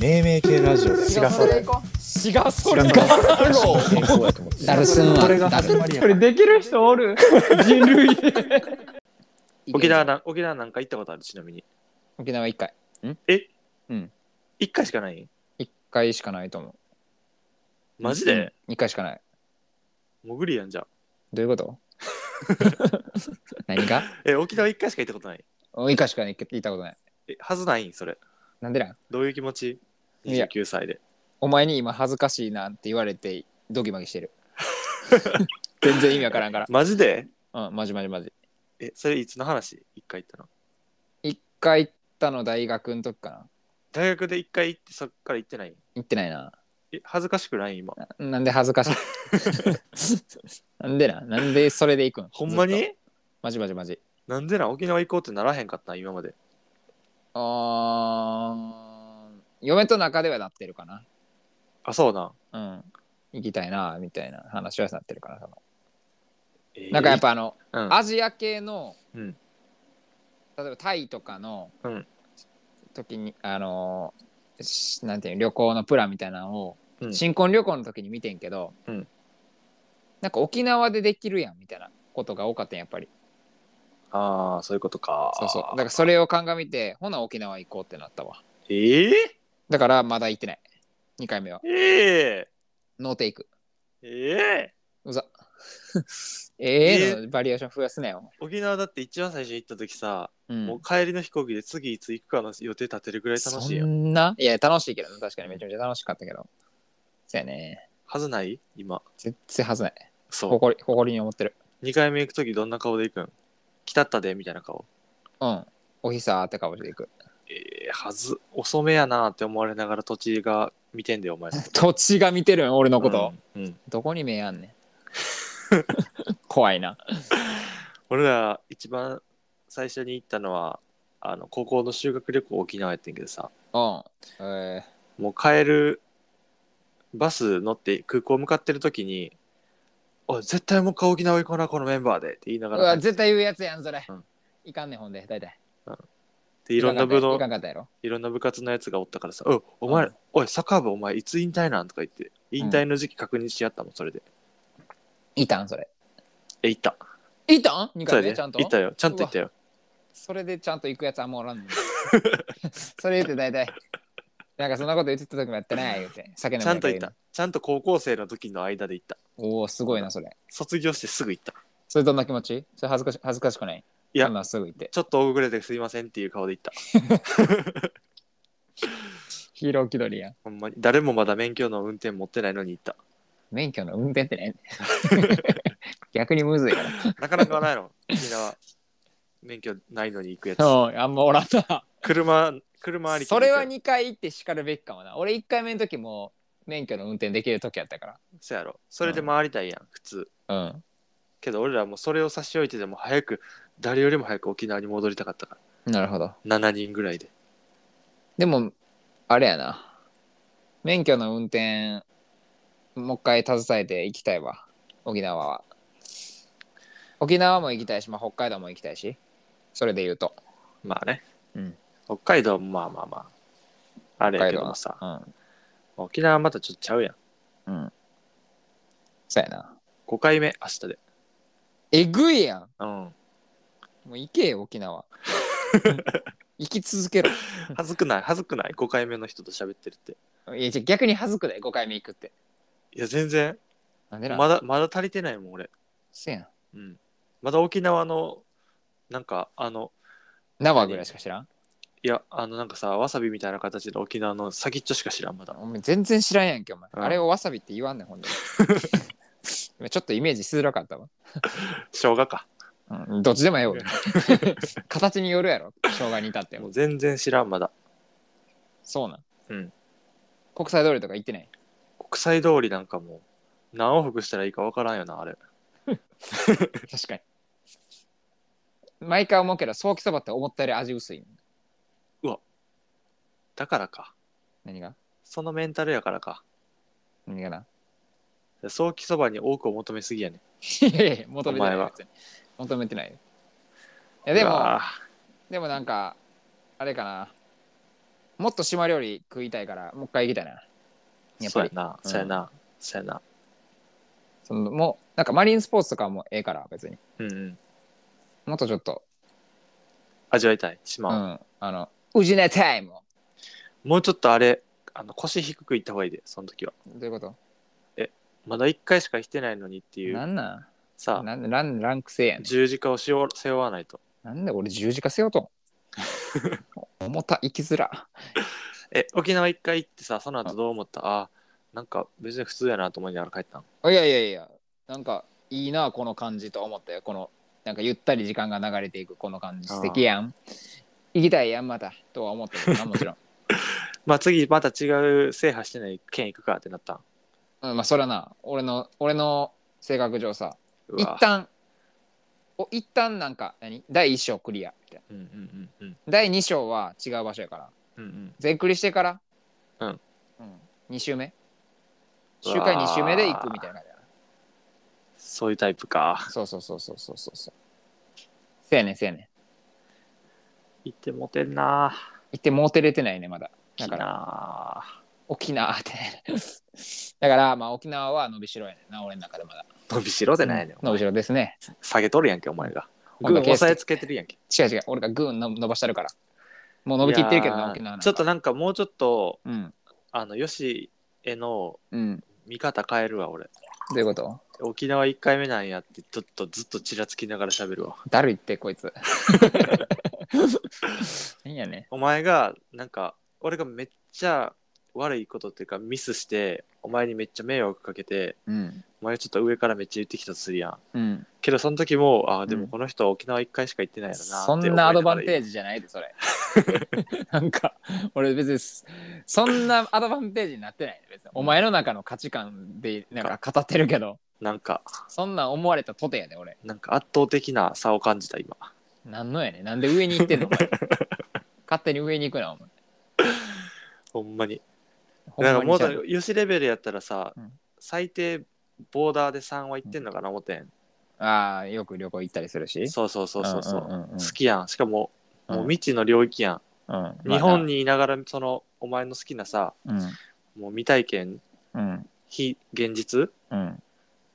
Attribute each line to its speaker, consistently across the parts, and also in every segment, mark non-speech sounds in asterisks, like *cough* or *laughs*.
Speaker 1: 命名系ラジオだよ
Speaker 2: 違うそれ行こ
Speaker 3: 違うそれ
Speaker 1: 違う
Speaker 3: か
Speaker 4: *laughs*
Speaker 1: 健康やと思って
Speaker 4: ダルスンは
Speaker 2: これが
Speaker 4: ダル
Speaker 3: これできる人おる人類
Speaker 5: 沖縄な沖縄なんか行ったことあるちなみに
Speaker 4: 沖縄1回
Speaker 5: え
Speaker 4: うん
Speaker 5: 1回しかない
Speaker 4: 1回しかないと思
Speaker 5: マジ
Speaker 4: う
Speaker 5: で、
Speaker 4: 1回しかない
Speaker 5: 潜りやんじゃん
Speaker 4: どういうこと *laughs* 何が
Speaker 5: え沖縄1回しか行ったことない
Speaker 4: 1回しか行ったことない
Speaker 5: えはずないんそれ
Speaker 4: なんでなん
Speaker 5: どういう気持ち
Speaker 4: いや
Speaker 5: ?29 歳で
Speaker 4: お前に今恥ずかしいなんて言われてドギマギしてる *laughs* 全然意味わからんか
Speaker 5: マジで
Speaker 4: らうんマジマジマジ
Speaker 5: えそれいつの話1回行ったの
Speaker 4: 1回行ったの大学の時かな
Speaker 5: 大学で1回行ってそっから行ってない
Speaker 4: 行ってないな
Speaker 5: え恥ずかしくない今
Speaker 4: なんで恥ずかしい *laughs* なんでななんでそれで行くん
Speaker 5: ほんま
Speaker 4: ずっ
Speaker 5: に
Speaker 4: とマジマジマジ
Speaker 5: なんでなん沖縄行こうってならへんかったん今まで
Speaker 4: あー嫁と中ではなってるかな
Speaker 5: あそうなん
Speaker 4: うん行きたいなみたいな話はなってるかなその
Speaker 5: えー
Speaker 4: なんかやっぱあの、
Speaker 5: うん
Speaker 4: アジア系の、
Speaker 5: うん
Speaker 4: 例えばタイとかの、
Speaker 5: うん
Speaker 4: 時にあのーしなんていうの旅行のプランみたいなのを、
Speaker 5: うん
Speaker 4: 新婚旅行の時に見てんけど、
Speaker 5: うん
Speaker 4: なんか沖縄でできるやんみたいなことが多かったんやっぱり
Speaker 5: ああそういうことか
Speaker 4: そうそうだからそれを鑑みてほな沖縄行こうってなったわ
Speaker 5: えー、
Speaker 4: だからまだ行ってない2回目は
Speaker 5: ええ
Speaker 4: ノーテイク
Speaker 5: ええ
Speaker 4: うざええのバリエーション増やすなよ、
Speaker 5: 沖縄だって一番最初行った時さ、
Speaker 4: うん
Speaker 5: もう帰りの飛行機で次いつ行くかの予定立てるぐらい楽しい
Speaker 4: そ
Speaker 5: よ
Speaker 4: んないや楽しいけどね確かにめちゃめちゃ楽しかったけどそうやね
Speaker 5: はずない今
Speaker 4: 絶対はずない
Speaker 5: そ
Speaker 4: 誇り誇りに思ってる
Speaker 5: う2回目行く時どんな顔で行くん来たったでみたいな顔
Speaker 4: うんおひさーって顔していく *laughs*
Speaker 5: えー、はず遅めやなって思われながら土地が見てんだよお前
Speaker 4: 土地が見てるん俺のこと、
Speaker 5: うん、うん
Speaker 4: どこに目あんね *laughs* ん怖いな
Speaker 5: 俺ら一番最初に行ったのはあの高校の修学旅行沖縄やってんけどさ
Speaker 4: うんえー
Speaker 5: もう帰るバス乗って空港向かってる時に「おい絶対もう一回沖縄行こうなこのメンバーで」って言いな
Speaker 4: う
Speaker 5: がら
Speaker 4: わ
Speaker 5: 帰っ
Speaker 4: 絶対言うやつやんそれ、
Speaker 5: うん
Speaker 4: いかんねんほんで大体
Speaker 5: ていろんな部
Speaker 4: い
Speaker 5: の
Speaker 4: かかったいかんかったやろ
Speaker 5: いろんな部活のやつがおったからさ「おいお前、
Speaker 4: うん
Speaker 5: おいサッカー部お前いつ引退なん?」とか言って引退の時期確認し合ったもんそれで、
Speaker 4: いたんそれ
Speaker 5: え行った
Speaker 4: いたん ?2
Speaker 5: そ
Speaker 4: 回
Speaker 5: れ
Speaker 4: 目
Speaker 5: で
Speaker 4: ちゃんと
Speaker 5: 行ったよちゃんと行ったよ
Speaker 4: それでちゃんと行くやつあんまおらん *laughs* のにそれ言って大体なんかそんなこと言ってた時もやってない言うて酒飲
Speaker 5: ち
Speaker 4: みな
Speaker 5: ゃ
Speaker 4: んが
Speaker 5: と
Speaker 4: ら
Speaker 5: 行
Speaker 4: 言うの
Speaker 5: ったちゃんと高校生の時の間で行った
Speaker 4: おおすごいなそれ
Speaker 5: 卒業してすぐ行った
Speaker 4: それどんな気持ちそれ恥ずかし恥ずかしくない
Speaker 5: いや
Speaker 4: そんなんすぐ言って
Speaker 5: ちょっと遅れてすいませんっていう顔で行った
Speaker 4: ヒーロー気取りやん
Speaker 5: ほんまに誰もまだ免許の運転持ってないのに行った
Speaker 4: 免許の運転ってね *laughs* 逆にむずいから
Speaker 5: なかなかない *laughs* の沖縄免許ないのに行くやつ
Speaker 4: うんあんまおらんな
Speaker 5: 車車ありきで行
Speaker 4: そ
Speaker 5: く
Speaker 4: れは2回行ってしかるべきかもな俺1回目の時も免許の運転できる時やったか
Speaker 5: そうやろそれで回りたいやん、普通
Speaker 4: らうん
Speaker 5: けど俺らもうそれを差し置いてでも早く誰よりも早く沖縄に戻りたかったか
Speaker 4: なるほど
Speaker 5: ら7人ぐらいで
Speaker 4: でもあれやな免許の運転もう一回携えて行きたいわ沖縄は沖縄も行きたいし、まあ、北海道も行きたいしそれで言うと
Speaker 5: まあね、
Speaker 4: うん
Speaker 5: 北海道もまあまあまああれやけどもさ
Speaker 4: うん
Speaker 5: 沖縄またちょっとちゃうやん
Speaker 4: うん。そうやな。
Speaker 5: 5回目明日で
Speaker 4: えぐいやん。
Speaker 5: *laughs* うん
Speaker 4: もう行けよ、沖
Speaker 5: *laughs*
Speaker 4: 縄。行き続けろ。
Speaker 5: 恥ずくない恥ずくない5回目の人と喋ってるって
Speaker 4: いや、じゃあ逆に恥ずくで、5回目行くって。
Speaker 5: いや全然
Speaker 4: なんでなん、
Speaker 5: まだまだ足りてないもん俺
Speaker 4: そうやん。
Speaker 5: うんまだ沖縄のなんかあの
Speaker 4: 生ぐらいしか知らん。
Speaker 5: いやあのなんかさわさびみたいな形の沖縄の先っちょしか知らんまだ
Speaker 4: お前全然知らんやんけ、お前。
Speaker 5: うん
Speaker 4: あれをわさびって言わんねん、ほ
Speaker 5: *laughs*
Speaker 4: んで。今ちょっとイメージしづらかったわ。
Speaker 5: 生姜か
Speaker 4: うん、どっちでもええ
Speaker 5: *laughs*
Speaker 4: わ。形によるやろ、生姜に至って
Speaker 5: も
Speaker 4: も。
Speaker 5: う全然知らんまだ
Speaker 4: そうなん。
Speaker 5: うん
Speaker 4: 国際通りとか行ってない。
Speaker 5: 国際通りなんかもう何往復したらいいかわからんよなあれ
Speaker 4: 確かに。毎回思うけど、ソーキそばって思ったより味薄い。
Speaker 5: だからか
Speaker 4: 何が
Speaker 5: そのメンタルやからか
Speaker 4: 何がな
Speaker 5: 早期そばに多くを求めすぎやね
Speaker 4: いやいや *laughs* 求めて
Speaker 5: お
Speaker 4: ない
Speaker 5: 前
Speaker 4: よ
Speaker 5: は
Speaker 4: 別に求めてないよいやで
Speaker 5: う
Speaker 4: も
Speaker 5: わ
Speaker 4: でもなんかあれかなもっと島料理食いたいからもう一回行きたいなやっぱ
Speaker 5: そうや
Speaker 4: り
Speaker 5: な、
Speaker 4: うん
Speaker 5: そうやな、そうやな。
Speaker 4: そのもうなんかマリンスポーツとかはもうええから別に
Speaker 5: うんうん。
Speaker 4: もっとちょっと
Speaker 5: 味わいたい、
Speaker 4: う
Speaker 5: 島を。
Speaker 4: んあのウジネタイムを
Speaker 5: もうちょっとあれ、あの腰低く行った方がいいで、その時は。
Speaker 4: どういうこと
Speaker 5: まだ1回しか来てないのにってい
Speaker 4: な
Speaker 5: う、
Speaker 4: んなん
Speaker 5: さ、
Speaker 4: なんでランランク制やねん
Speaker 5: 十字架をしお背負わないと。
Speaker 4: なんで俺十字架背負う
Speaker 5: *laughs*
Speaker 4: とん重た生きづら
Speaker 5: え、沖縄1回行ってさ、その後どう思ったあ、なんか別に普通やなと思いながら帰ったの。
Speaker 4: いやいやいやなんかいいなこの感じと思ったよこのなんかゆったり時間が流れていくこの感じ
Speaker 5: あー
Speaker 4: 素敵やん行きたいやんまたとは思ったけどなもちろん、 *laughs*
Speaker 5: まあ次また違う制覇してない県行くかってなったん。
Speaker 4: うん、まあそらな俺の俺の性格上さ
Speaker 5: う
Speaker 4: 一
Speaker 5: わ
Speaker 4: 旦お一旦なんか何第1章クリアみたいな
Speaker 5: うんうんうんうん
Speaker 4: 第2章は違う場所やから
Speaker 5: うんうん。
Speaker 4: 全クリしてから
Speaker 5: うん
Speaker 4: うん、2週目
Speaker 5: うわ
Speaker 4: 週間2週目で行くみたいな感じやな
Speaker 5: そういうタイプか。
Speaker 4: そうそうそうそうそうそうそうせやねんせやねん
Speaker 5: 行ってもてんな。
Speaker 4: 行ってもうてれてないねまだだから
Speaker 5: ら。
Speaker 4: 沖縄ってだからまあ沖縄は伸びしろやねんな俺の中でまだ
Speaker 5: 伸びしろでないねん。
Speaker 4: 伸びしろですね
Speaker 5: 下げとるやんけ、お前が。
Speaker 4: ほん
Speaker 5: 軍
Speaker 4: ま
Speaker 5: 押さえつけてるやんけ。
Speaker 4: 違う違う俺がグーンの伸ばしたるからもう伸びきってるけど
Speaker 5: いや
Speaker 4: な
Speaker 5: ー
Speaker 4: 沖縄なんか
Speaker 5: ちょっとなんかもうちょっと、
Speaker 4: うん
Speaker 5: あの、よしへの
Speaker 4: うんど
Speaker 5: 見方変えるわ、俺。
Speaker 4: ういうこと
Speaker 5: 沖縄1回目なんやって、ちょっとずっとちらつきながら喋るわ。
Speaker 4: だるいってこい
Speaker 5: *laughs*
Speaker 4: ついいやね
Speaker 5: お前が、なんか、俺がめっちゃ悪いことっていうか、ミスして、お前にめっちゃ迷惑かけて、
Speaker 4: うん
Speaker 5: お前がちょっと上からめっちゃ言ってきたとするやん。
Speaker 4: うん
Speaker 5: けど、その時も、ああ、で
Speaker 4: う
Speaker 5: も
Speaker 4: ん
Speaker 5: この人は沖縄1回しか行ってないやろな
Speaker 4: そんなアドバンテ
Speaker 5: ジ。
Speaker 4: ージじゃないでそ
Speaker 5: *laughs*
Speaker 4: れなんか俺別にすそんなアドバンテージになってないね別にお前の中の価値観でなんか語ってるけど
Speaker 5: なんか、
Speaker 4: そんなん思われたとてやで俺
Speaker 5: なんか圧倒的な差を感じた、今。
Speaker 4: なんのやねんなんで上に行って
Speaker 5: *laughs*
Speaker 4: んのお前勝手に上に行くなお前
Speaker 5: ほんまに。
Speaker 4: ほん
Speaker 5: なん
Speaker 4: ま
Speaker 5: か
Speaker 4: に
Speaker 5: もう
Speaker 4: ちゃ
Speaker 5: だ
Speaker 4: んと
Speaker 5: よしレベルやったらさ、
Speaker 4: うん
Speaker 5: 最低ボーダーで3は行ってんのかな思ってん、
Speaker 4: ああよく旅行行ったりするし
Speaker 5: そうそうそうそう,、
Speaker 4: んんんん
Speaker 5: 好きやんしかも、
Speaker 4: うん
Speaker 5: もう未知の領域や
Speaker 4: うん
Speaker 5: ん日本にいながらそのお前の好きなさ
Speaker 4: まあな
Speaker 5: もう未体験
Speaker 4: うんうん
Speaker 5: 非現実、
Speaker 4: うん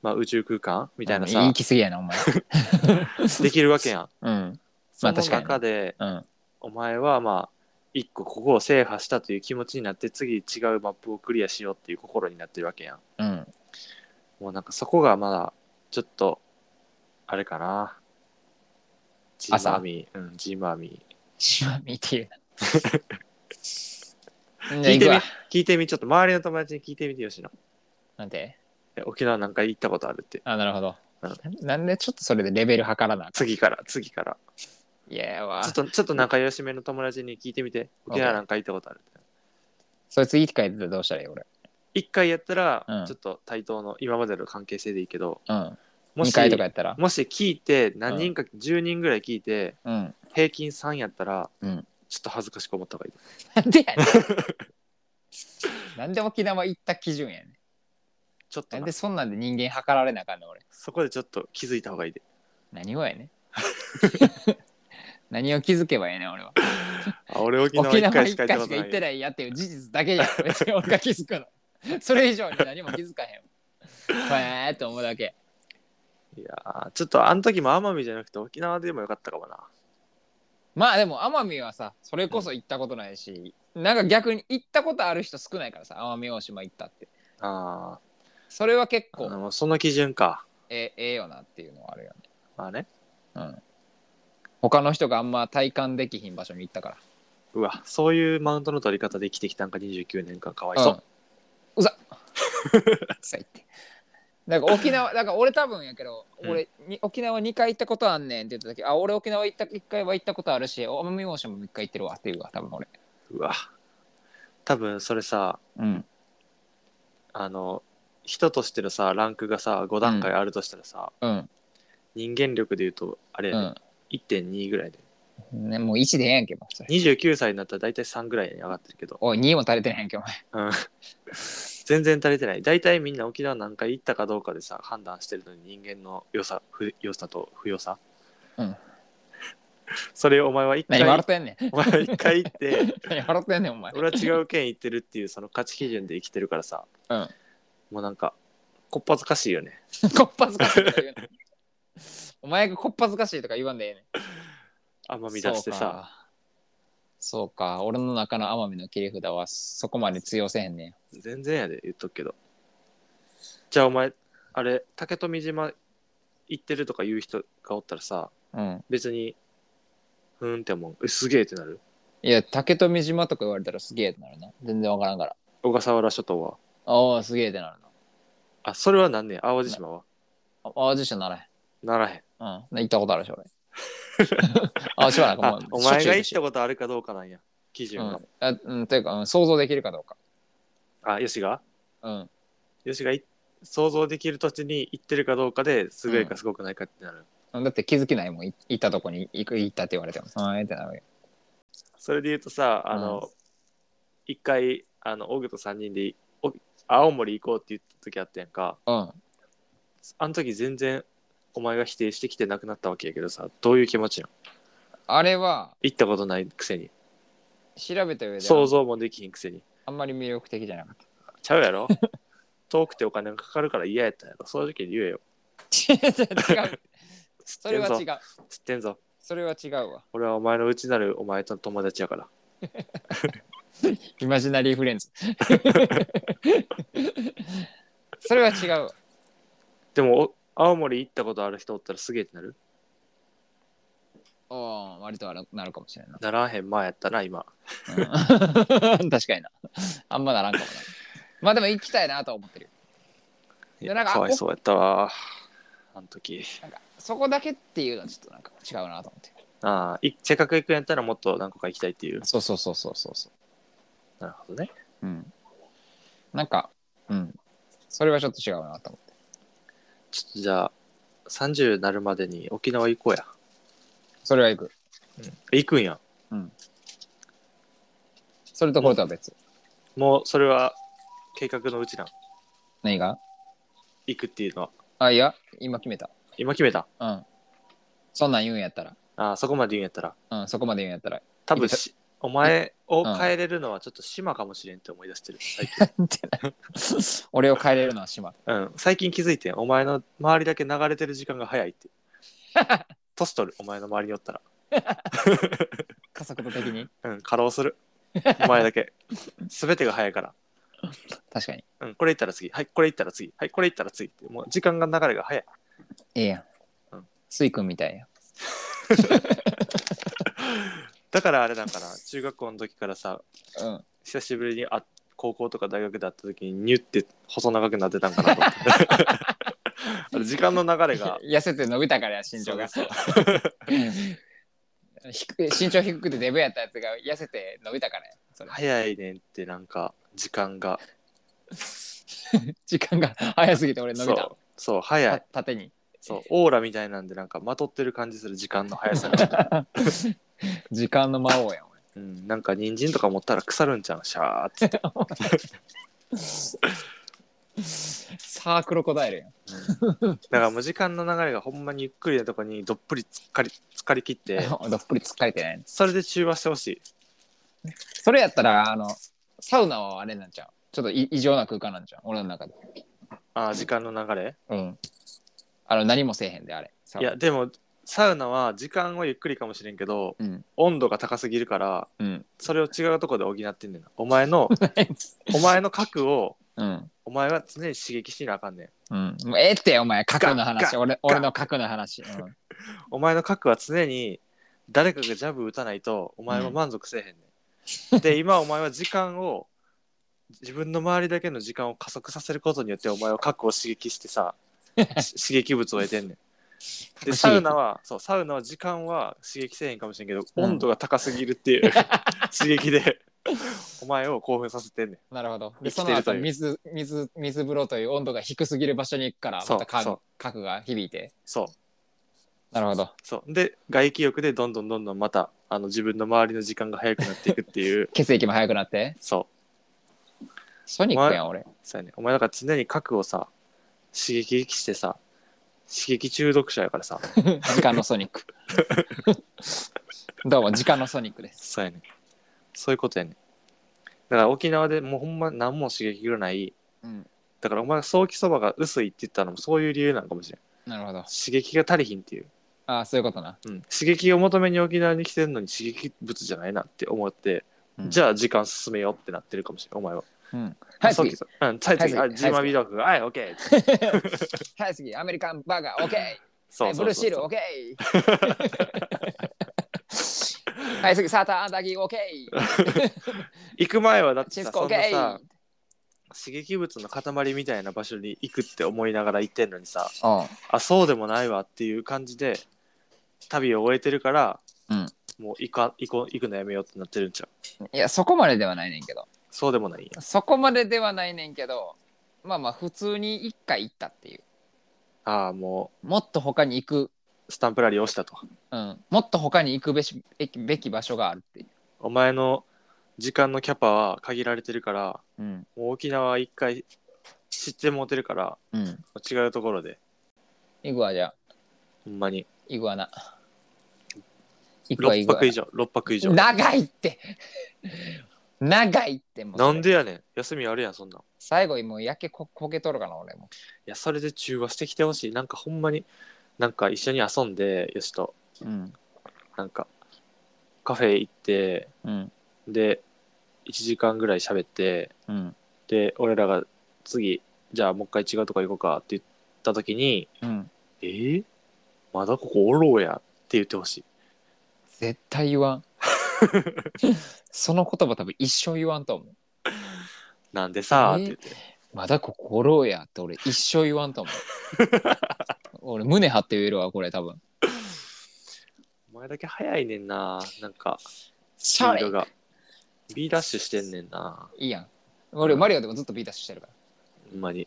Speaker 5: まあ、宇宙空間みたいなさ、
Speaker 4: 言いきすぎやなお前
Speaker 5: できるわけやん
Speaker 4: うん
Speaker 5: *laughs*
Speaker 4: *laughs*
Speaker 5: そ
Speaker 4: ま
Speaker 5: の
Speaker 4: あ確かに
Speaker 5: 中で
Speaker 4: うん
Speaker 5: お前はまあ一個ここを制覇したという気持ちになって次違うマップをクリアしようっていう心になってるわけやん
Speaker 4: うん
Speaker 5: もうなんかそこがまだちょっとあれかな。ジ
Speaker 4: 朝
Speaker 5: マミー、うん、ジマミ
Speaker 4: しまみってい
Speaker 5: *laughs*
Speaker 4: うなじゃ
Speaker 5: 聞いてみ
Speaker 4: あ行くわ
Speaker 5: ー。聞いてみ、ちょっと周りの友達に聞いてみてよしの。
Speaker 4: なんて
Speaker 5: え沖縄なんか行ったことあるって。
Speaker 4: あなるほど
Speaker 5: うん
Speaker 4: ななんでちょっとそれでレベル測らなあか
Speaker 5: 次から、次から。
Speaker 4: んいやわ
Speaker 5: ちょっと、ちょっと仲良しめの友達に聞いてみて。
Speaker 4: OK
Speaker 5: 沖縄なんか行ったことあるって。
Speaker 4: そいついい機会出たらどうしたらいい俺
Speaker 5: 一回やったら、
Speaker 4: うん
Speaker 5: ちょっと対等の今までの関係性でいいけど、
Speaker 4: うん
Speaker 5: も
Speaker 4: 2
Speaker 5: し、
Speaker 4: 回とかやったら
Speaker 5: もし聞いて、何人か、10人ぐらい聞いて、
Speaker 4: うん
Speaker 5: 平均3やったら、
Speaker 4: うん
Speaker 5: ちょっと恥ずかしく思った方が
Speaker 4: なん
Speaker 5: いい。*laughs*
Speaker 4: でやねんなんで沖縄行った基準やねん
Speaker 5: ちょっと
Speaker 4: なん
Speaker 5: な
Speaker 4: でそんなんで人間測られなあかんの俺
Speaker 5: そこでちょっと気づいた方がいいで。
Speaker 4: 何をや
Speaker 5: *laughs*
Speaker 4: ねん何を気づけばええねん俺は
Speaker 5: あ俺沖縄
Speaker 4: 沖
Speaker 5: 一
Speaker 4: 縄
Speaker 5: 回
Speaker 4: 一
Speaker 5: しか
Speaker 4: 回
Speaker 5: 行
Speaker 4: し
Speaker 5: ったこと
Speaker 4: か
Speaker 5: な
Speaker 4: 行
Speaker 5: い
Speaker 4: って。ないやっていう事実だけじゃ
Speaker 5: *laughs*
Speaker 4: ん別に俺が気づくのそれ以上に何も気づかへんわへえと思うだけ
Speaker 5: いやーちょっとあの時も奄美じゃなくて沖縄でもよかったかもな。
Speaker 4: まあでも奄美はさそれこそ行ったことないし、なんか逆に行ったことある人少ないからさ奄美大島行ったって
Speaker 5: あ
Speaker 4: それは結
Speaker 5: ーあ
Speaker 4: 構
Speaker 5: の、その基準か。
Speaker 4: えええよなっていうのはあるよね
Speaker 5: まあね。
Speaker 4: うん他の人があんま体感できひん場所に行ったから
Speaker 5: うわ、そういうマウントの取り方で生きてきたんか29年間かわいそう。
Speaker 4: うん、うざうざいってなんか沖縄だから俺多分やけど、
Speaker 5: うん
Speaker 4: 俺に沖縄2回行ったことあんねんって言った時あ俺沖縄行った1回は行ったことあるし奄美大島も1回行ってるわっていうわ多分俺
Speaker 5: うわ。多分それさ、
Speaker 4: うん
Speaker 5: あの、人としてのさ、ランクがさ、5段階あるとしたらさ、
Speaker 4: うん
Speaker 5: 人間力で言うと、あれやね、
Speaker 4: う
Speaker 5: 1.2ぐらいで。
Speaker 4: ん、ね、もう1でええやんけもうそれ
Speaker 5: 29歳になったら大体3ぐらいに上がってるけど、
Speaker 4: おい2も足りてないやんけお前
Speaker 5: うん、全然足りてない。大体みんな沖縄何回行ったかどうかでさ、判断してるのに人間の良さ、不良さと不良さ。
Speaker 4: うん
Speaker 5: それをお前は一
Speaker 4: 何笑
Speaker 5: 回
Speaker 4: ってんねん。
Speaker 5: お前は一回行って
Speaker 4: 何笑ってんねん、お前。
Speaker 5: 俺は違う県行ってるっていうその価値基準で生きてるからさ、
Speaker 4: うん
Speaker 5: もうなんかこっぱずかしいよね
Speaker 4: こっぱずかしいとか言うな。お前がこっぱずかしいとか言わんでええねん。
Speaker 5: 奄美出してさ
Speaker 4: そうか。そうか。俺の中の奄美の切り札はそこまで通用せへんねん。
Speaker 5: 全然やで言っとくけどじゃあお前あれ竹富島行ってるとか言う人がおったらさ
Speaker 4: うん。
Speaker 5: 別にふーんって思うえすげえってなる
Speaker 4: いや、竹富島とか言われたらすげえってなるな。全然わからんから。
Speaker 5: 小笠原諸島は
Speaker 4: ああ、すげえってなるな。
Speaker 5: あそれはなんねん淡路島は
Speaker 4: あ淡路島ならへん。
Speaker 5: ならへん
Speaker 4: うん。行ったことあるでしょ、
Speaker 5: *laughs*
Speaker 4: 俺。あ、しばらく
Speaker 5: あお前が行っ
Speaker 4: こ
Speaker 5: たことあるかどうかなんや基準が、
Speaker 4: とうん。あうん、というか、うん、想像できるかどうか。
Speaker 5: あよしが
Speaker 4: うん。
Speaker 5: よしがい想像できる土地に行ってるかどうかですごいかすごくないかってなる、
Speaker 4: だって気づきないもん。い行ったとこに行く行ったって言われても。はいってなるよ。
Speaker 5: それで言うとさあの、一回あのオグと3人でお青森行こうって言った時あったやんか
Speaker 4: うん。
Speaker 5: あの時全然お前が否定してきてなくなったわけやけどさどういう気持ちよ
Speaker 4: あれは、
Speaker 5: 行ったことないくせに
Speaker 4: 調べた上で、
Speaker 5: 想像もできひんくせに
Speaker 4: あんまり魅力的じゃなかっ
Speaker 5: ちゃうやろ *laughs* 遠くてお金がかかるから嫌やったやろ正直に言えよ
Speaker 4: た。 *laughs* 違う。違うそれは違
Speaker 5: 知ってんぞ
Speaker 4: う。
Speaker 5: 知ってんぞ
Speaker 4: それは違うわ。
Speaker 5: 俺はお前の内なるお前と友達やから
Speaker 4: イマジナリーフレンズ。それは違うわ。
Speaker 5: でもお青森行ったことある人おったらすげえってなる
Speaker 4: おー割とあるなるかもしれんな
Speaker 5: ならへん前やったな今
Speaker 4: うん *laughs* 確かにな。あんまならんかもな。まあでも行きたいなとは思ってるよ。
Speaker 5: い
Speaker 4: や
Speaker 5: や
Speaker 4: なんか
Speaker 5: かわいそうやったわあの時
Speaker 4: なんかそこだけっていうのはちょっとなんか違うなと思って。
Speaker 5: ああいせっかく行くんやったらもっと何個か行きたいっていう
Speaker 4: そうそうそうそうそうそ
Speaker 5: なるほどね
Speaker 4: う。うん。なんか、うん。それはちょっと違うなと思って。
Speaker 5: ちょっとじゃあ30なるまでに沖縄行こうや
Speaker 4: それは行く。
Speaker 5: 行くんや
Speaker 4: それとこれとは別。
Speaker 5: もうそれは計画のうちなん
Speaker 4: 何が
Speaker 5: 行くっていうのは
Speaker 4: あ、いや、今決めた。
Speaker 5: 今決めた
Speaker 4: うん。そんなん言うんやったら。
Speaker 5: ああそこまで言うんやったら
Speaker 4: うん、そこまで言うんやったら。 *laughs*
Speaker 5: 多分しお前を
Speaker 4: うん
Speaker 5: 変えれるのはちょっと島かもしれんって思い出してる最近
Speaker 4: *laughs* 俺を変えれるのは島。
Speaker 5: うん、最近気づいてんお前の周りだけ流れてる時間が早いって
Speaker 4: *laughs*
Speaker 5: 年取るお前の周りにおったら、
Speaker 4: 加速度的に。
Speaker 5: うん、過労するお前だけ全てが早いから、
Speaker 4: *laughs* 確かに。
Speaker 5: うん、これ行ったら次はいこれ行ったら次はいこれ行ったら次ってもう時間が流れが早い
Speaker 4: ええやん
Speaker 5: うん。
Speaker 4: スイ君みたいや。
Speaker 5: だからあれなん
Speaker 4: *laughs*
Speaker 5: かな中学校の時からさ
Speaker 4: うん。
Speaker 5: 久しぶりにあ高校とか大学で会った時にニュって細長くなってたんかなと思って
Speaker 4: *laughs*
Speaker 5: あれ時間の流れが
Speaker 4: 痩せて伸びたからや身長が
Speaker 5: そう
Speaker 4: 低い身長低くてデブやったやつが痩せて伸びたからやそれ
Speaker 5: 早いねんってなんか時間が
Speaker 4: 時間が早すぎて俺伸
Speaker 5: そ
Speaker 4: び
Speaker 5: う
Speaker 4: た
Speaker 5: そう早
Speaker 4: た
Speaker 5: い
Speaker 4: 縦に
Speaker 5: そうオーラみたいなんでなんかまとってる感じする時間の速さが、
Speaker 4: *laughs* 時間の魔王やん俺
Speaker 5: うん、なんか人参とか持ったら腐るんちゃうんシャーっつ
Speaker 4: *laughs*
Speaker 5: って
Speaker 4: サークロコダイルやん
Speaker 5: だからもう時間の流れがほんまにゆっくりなとこにどっぷりつっかりつかりきって
Speaker 4: どっぷり突っかれてないの
Speaker 5: それで中和してほしい
Speaker 4: それやったらあのサウナはあれなんちゃうちょっとい異常な空間なんちゃう俺の中で
Speaker 5: あー時間の流れ
Speaker 4: うんあの何もせえへんであれサウ
Speaker 5: い
Speaker 4: ナ
Speaker 5: やでもサウナは時間はゆっくりかもしれんけど
Speaker 4: うん
Speaker 5: 温度が高すぎるから
Speaker 4: うん
Speaker 5: それを違うとこで補ってんねんなお前
Speaker 4: *laughs*
Speaker 5: のお前の核を
Speaker 4: うん
Speaker 5: お前は常に刺激しなあかんねん
Speaker 4: うん、もうええってお前核の
Speaker 5: ガッ
Speaker 4: 話
Speaker 5: ガ
Speaker 4: 俺俺の核の話、うん、
Speaker 5: お前の核は常に誰かがジャブ打たないとお前は満足せえへんねん。で今お前は時間を自分の周りだけの時間を加速させることによってお前は核を刺激し
Speaker 4: *laughs*
Speaker 5: てさし刺激物を得てんねん。でサウナはそうサウナは時間は刺激せえへんかもしれんけど、
Speaker 4: うん
Speaker 5: 温度が高すぎるっていう *laughs* 刺激でお前を興奮させてんね
Speaker 4: なるほど。
Speaker 5: 生
Speaker 4: で、
Speaker 5: き
Speaker 4: そ
Speaker 5: てると
Speaker 4: の
Speaker 5: い
Speaker 4: 後、
Speaker 5: う
Speaker 4: 水、水、水風呂という温度が低すぎる場所に行くから、
Speaker 5: そう
Speaker 4: また
Speaker 5: そ
Speaker 4: 核核
Speaker 5: う
Speaker 4: が響いて。
Speaker 5: ん。そう
Speaker 4: なるほど。
Speaker 5: そうで外気浴でどんどんどんどんまたあの自分の周りの時間が早くなっていくっていう
Speaker 4: 血液も速くなって。
Speaker 5: そう
Speaker 4: ソニックやん、俺。
Speaker 5: そうやね。お前だから常に核をさ、刺激してさ、刺激中毒者やからさ。
Speaker 4: 時間のソニック。 *laughs* どうも、時間のソニックです。
Speaker 5: そうやねんそういうことやねんだから沖縄でもうほんま何も刺激がない、
Speaker 4: うん
Speaker 5: だからお前がソーキそばが薄いって言ったのもそういう理由なのかもしれん
Speaker 4: なるほど。
Speaker 5: 刺激が足りひんっていう、
Speaker 4: ああ、そういうことな。
Speaker 5: うん、刺激を求めに沖縄に来てんのに刺激物じゃないなって思って、
Speaker 4: うん
Speaker 5: じゃあ時間進めようってなってるかもしれんお前は
Speaker 4: うん。はい、
Speaker 5: ソー
Speaker 4: 次
Speaker 5: キ。そばうんはい次
Speaker 4: は
Speaker 5: あ
Speaker 4: い次
Speaker 5: ジーマビードーフはいオッケー
Speaker 4: はい、次。アメリカンバーガー、オッ *laughs* ケー。
Speaker 5: そうそうそ
Speaker 4: ブ
Speaker 5: う
Speaker 4: ルーシール、オッケー。 *laughs* はい、次。サーターアンダギー、オッケー。
Speaker 5: 行く前はだって
Speaker 4: シ
Speaker 5: さ
Speaker 4: スコ、
Speaker 5: そ
Speaker 4: オッ
Speaker 5: んな
Speaker 4: ケー
Speaker 5: さ。刺激物の塊みたいな場所に行くって思いながら行ってんのにさ、あそうでもないわっていう感じで旅を終えてるから、
Speaker 4: うん
Speaker 5: もう行か行こ行くのやめようってなってるんちゃう
Speaker 4: うん。いや、そこまでではないねんけど。
Speaker 5: そうでもないんや
Speaker 4: そこまでではないねんけど、まあまあ、普通に一回行ったっていう。
Speaker 5: ああも
Speaker 4: もっと他に行く、
Speaker 5: うスタンプラリー押したと
Speaker 4: うん。もっと他に行くべしべきべき場所があるっていう。
Speaker 5: お前の時間のキャパは限られてるから
Speaker 4: うん。
Speaker 5: もう沖縄は一回知ってもうてるから
Speaker 4: うん。
Speaker 5: 違うところで
Speaker 4: 行くわ、じゃあ。
Speaker 5: ほんまに
Speaker 4: イグアナ。イグアイ
Speaker 5: 6
Speaker 4: グア
Speaker 5: 泊以上6泊以上
Speaker 4: ナ。長いって。 *laughs* 長いってもうそれ
Speaker 5: なんでやねん休みあるやんそんなんい
Speaker 4: 最後にもうやけここけとるかな、俺も。
Speaker 5: やそれで中和してきてほしいなんかほんまになんか一緒に遊んでよしと
Speaker 4: うん。
Speaker 5: なんかカフェ行って
Speaker 4: うん。
Speaker 5: で1時間ぐらい喋って
Speaker 4: うん。
Speaker 5: で俺らが次じゃあもう一回違うとこ行こうかって言った時に
Speaker 4: うん。
Speaker 5: 「えーまだここおろうや」って言ってほしい
Speaker 4: 絶対言わん。
Speaker 5: *laughs*
Speaker 4: その言葉多分一生言わんと思う。
Speaker 5: 「なんでさ」っ
Speaker 4: えー
Speaker 5: て言って、
Speaker 4: まだ心やって俺一生言わんと思う。
Speaker 5: *laughs*
Speaker 4: 俺胸張って言えるわ、これ多分。
Speaker 5: お前だけ早いねんななんかス
Speaker 4: シ
Speaker 5: ピ
Speaker 4: ャ
Speaker 5: ード
Speaker 4: レ
Speaker 5: が B ダッシュしてんねんない
Speaker 4: いやん。俺マリオでもずっとビーダッシュしてるから。
Speaker 5: ほんまに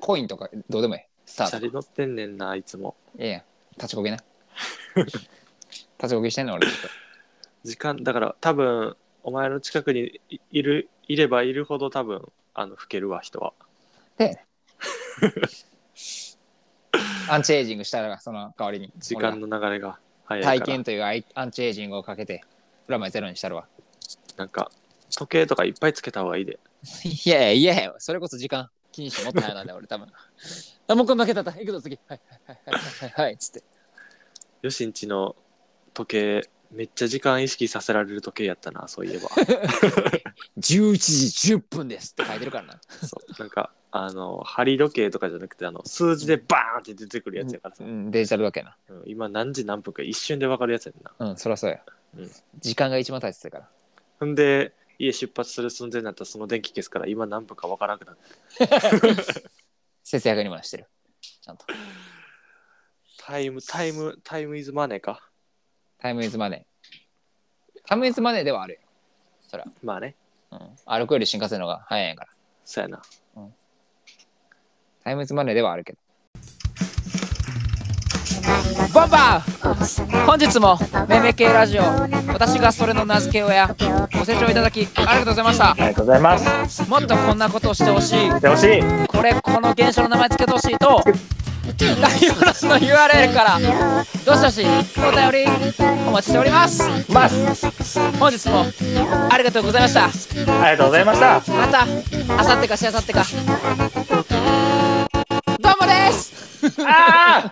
Speaker 4: コインとかどうでもいい。スタ
Speaker 5: チ
Speaker 4: ート
Speaker 5: ャ。リ乗ってんねんないつも
Speaker 4: ええやん。立ちこげな。 *laughs* 立ちこげしてんの俺ずっと。
Speaker 5: 時間だから多分お前の近くにいいるいればいるほど多分あの老けるわ人は *laughs*
Speaker 4: アンチエイジングしたらその代わりに
Speaker 5: 時間の流れが
Speaker 4: 俺
Speaker 5: 早い
Speaker 4: は
Speaker 5: から
Speaker 4: 体験というアイアンチエイジングをかけてプラマイゼロにしたるわ
Speaker 5: なんか時計とかいっぱいつけた方がいいで
Speaker 4: いやいやいやそれこそ時間気にしてもったいないな俺多分 *laughs* あもうこんだけだった行くぞ次はいはいはいはいはいはいつって
Speaker 5: よしんちの時計めっちゃ時間意識させられる時計やったなそ
Speaker 4: *laughs*
Speaker 5: ういえば
Speaker 4: 11時10分ですって書いてるからな
Speaker 5: そうなんかあの針時計とかじゃなくてあの数字でバーンって出てくるやつやからさ、
Speaker 4: うんデジタルだけや
Speaker 5: うん今何時何分か一瞬で分かるやつやんな
Speaker 4: なうんそりゃそうや、
Speaker 5: うん
Speaker 4: 時間が一番大切だから
Speaker 5: ほんで家出発する寸前になったらその電気消すから今何分か分からなくなる
Speaker 4: 節約にもしてるちゃんと
Speaker 5: タイムタイムタイムイズマネーか
Speaker 4: タイムイズマネータイムイズマネーではあるよそりゃ、
Speaker 5: まあね
Speaker 4: うん、歩くより新幹線の方が早いんやから
Speaker 5: そうやな
Speaker 4: タイムズマネーではあるけど。バンバー本日もめめ系ラジオ私がそれの名付け親ご清聴いただきありがとうございました
Speaker 1: りがとうございます。
Speaker 4: もっとこんなことをしてほしい
Speaker 1: で、ほしい。
Speaker 4: これこの現象の名前つけてほしいと概要欄の URL からどしどしお便りお待ちしておりますます本日もありがとうございました
Speaker 1: ありがとうございました。
Speaker 4: またあさってかしあさってかどうもですああ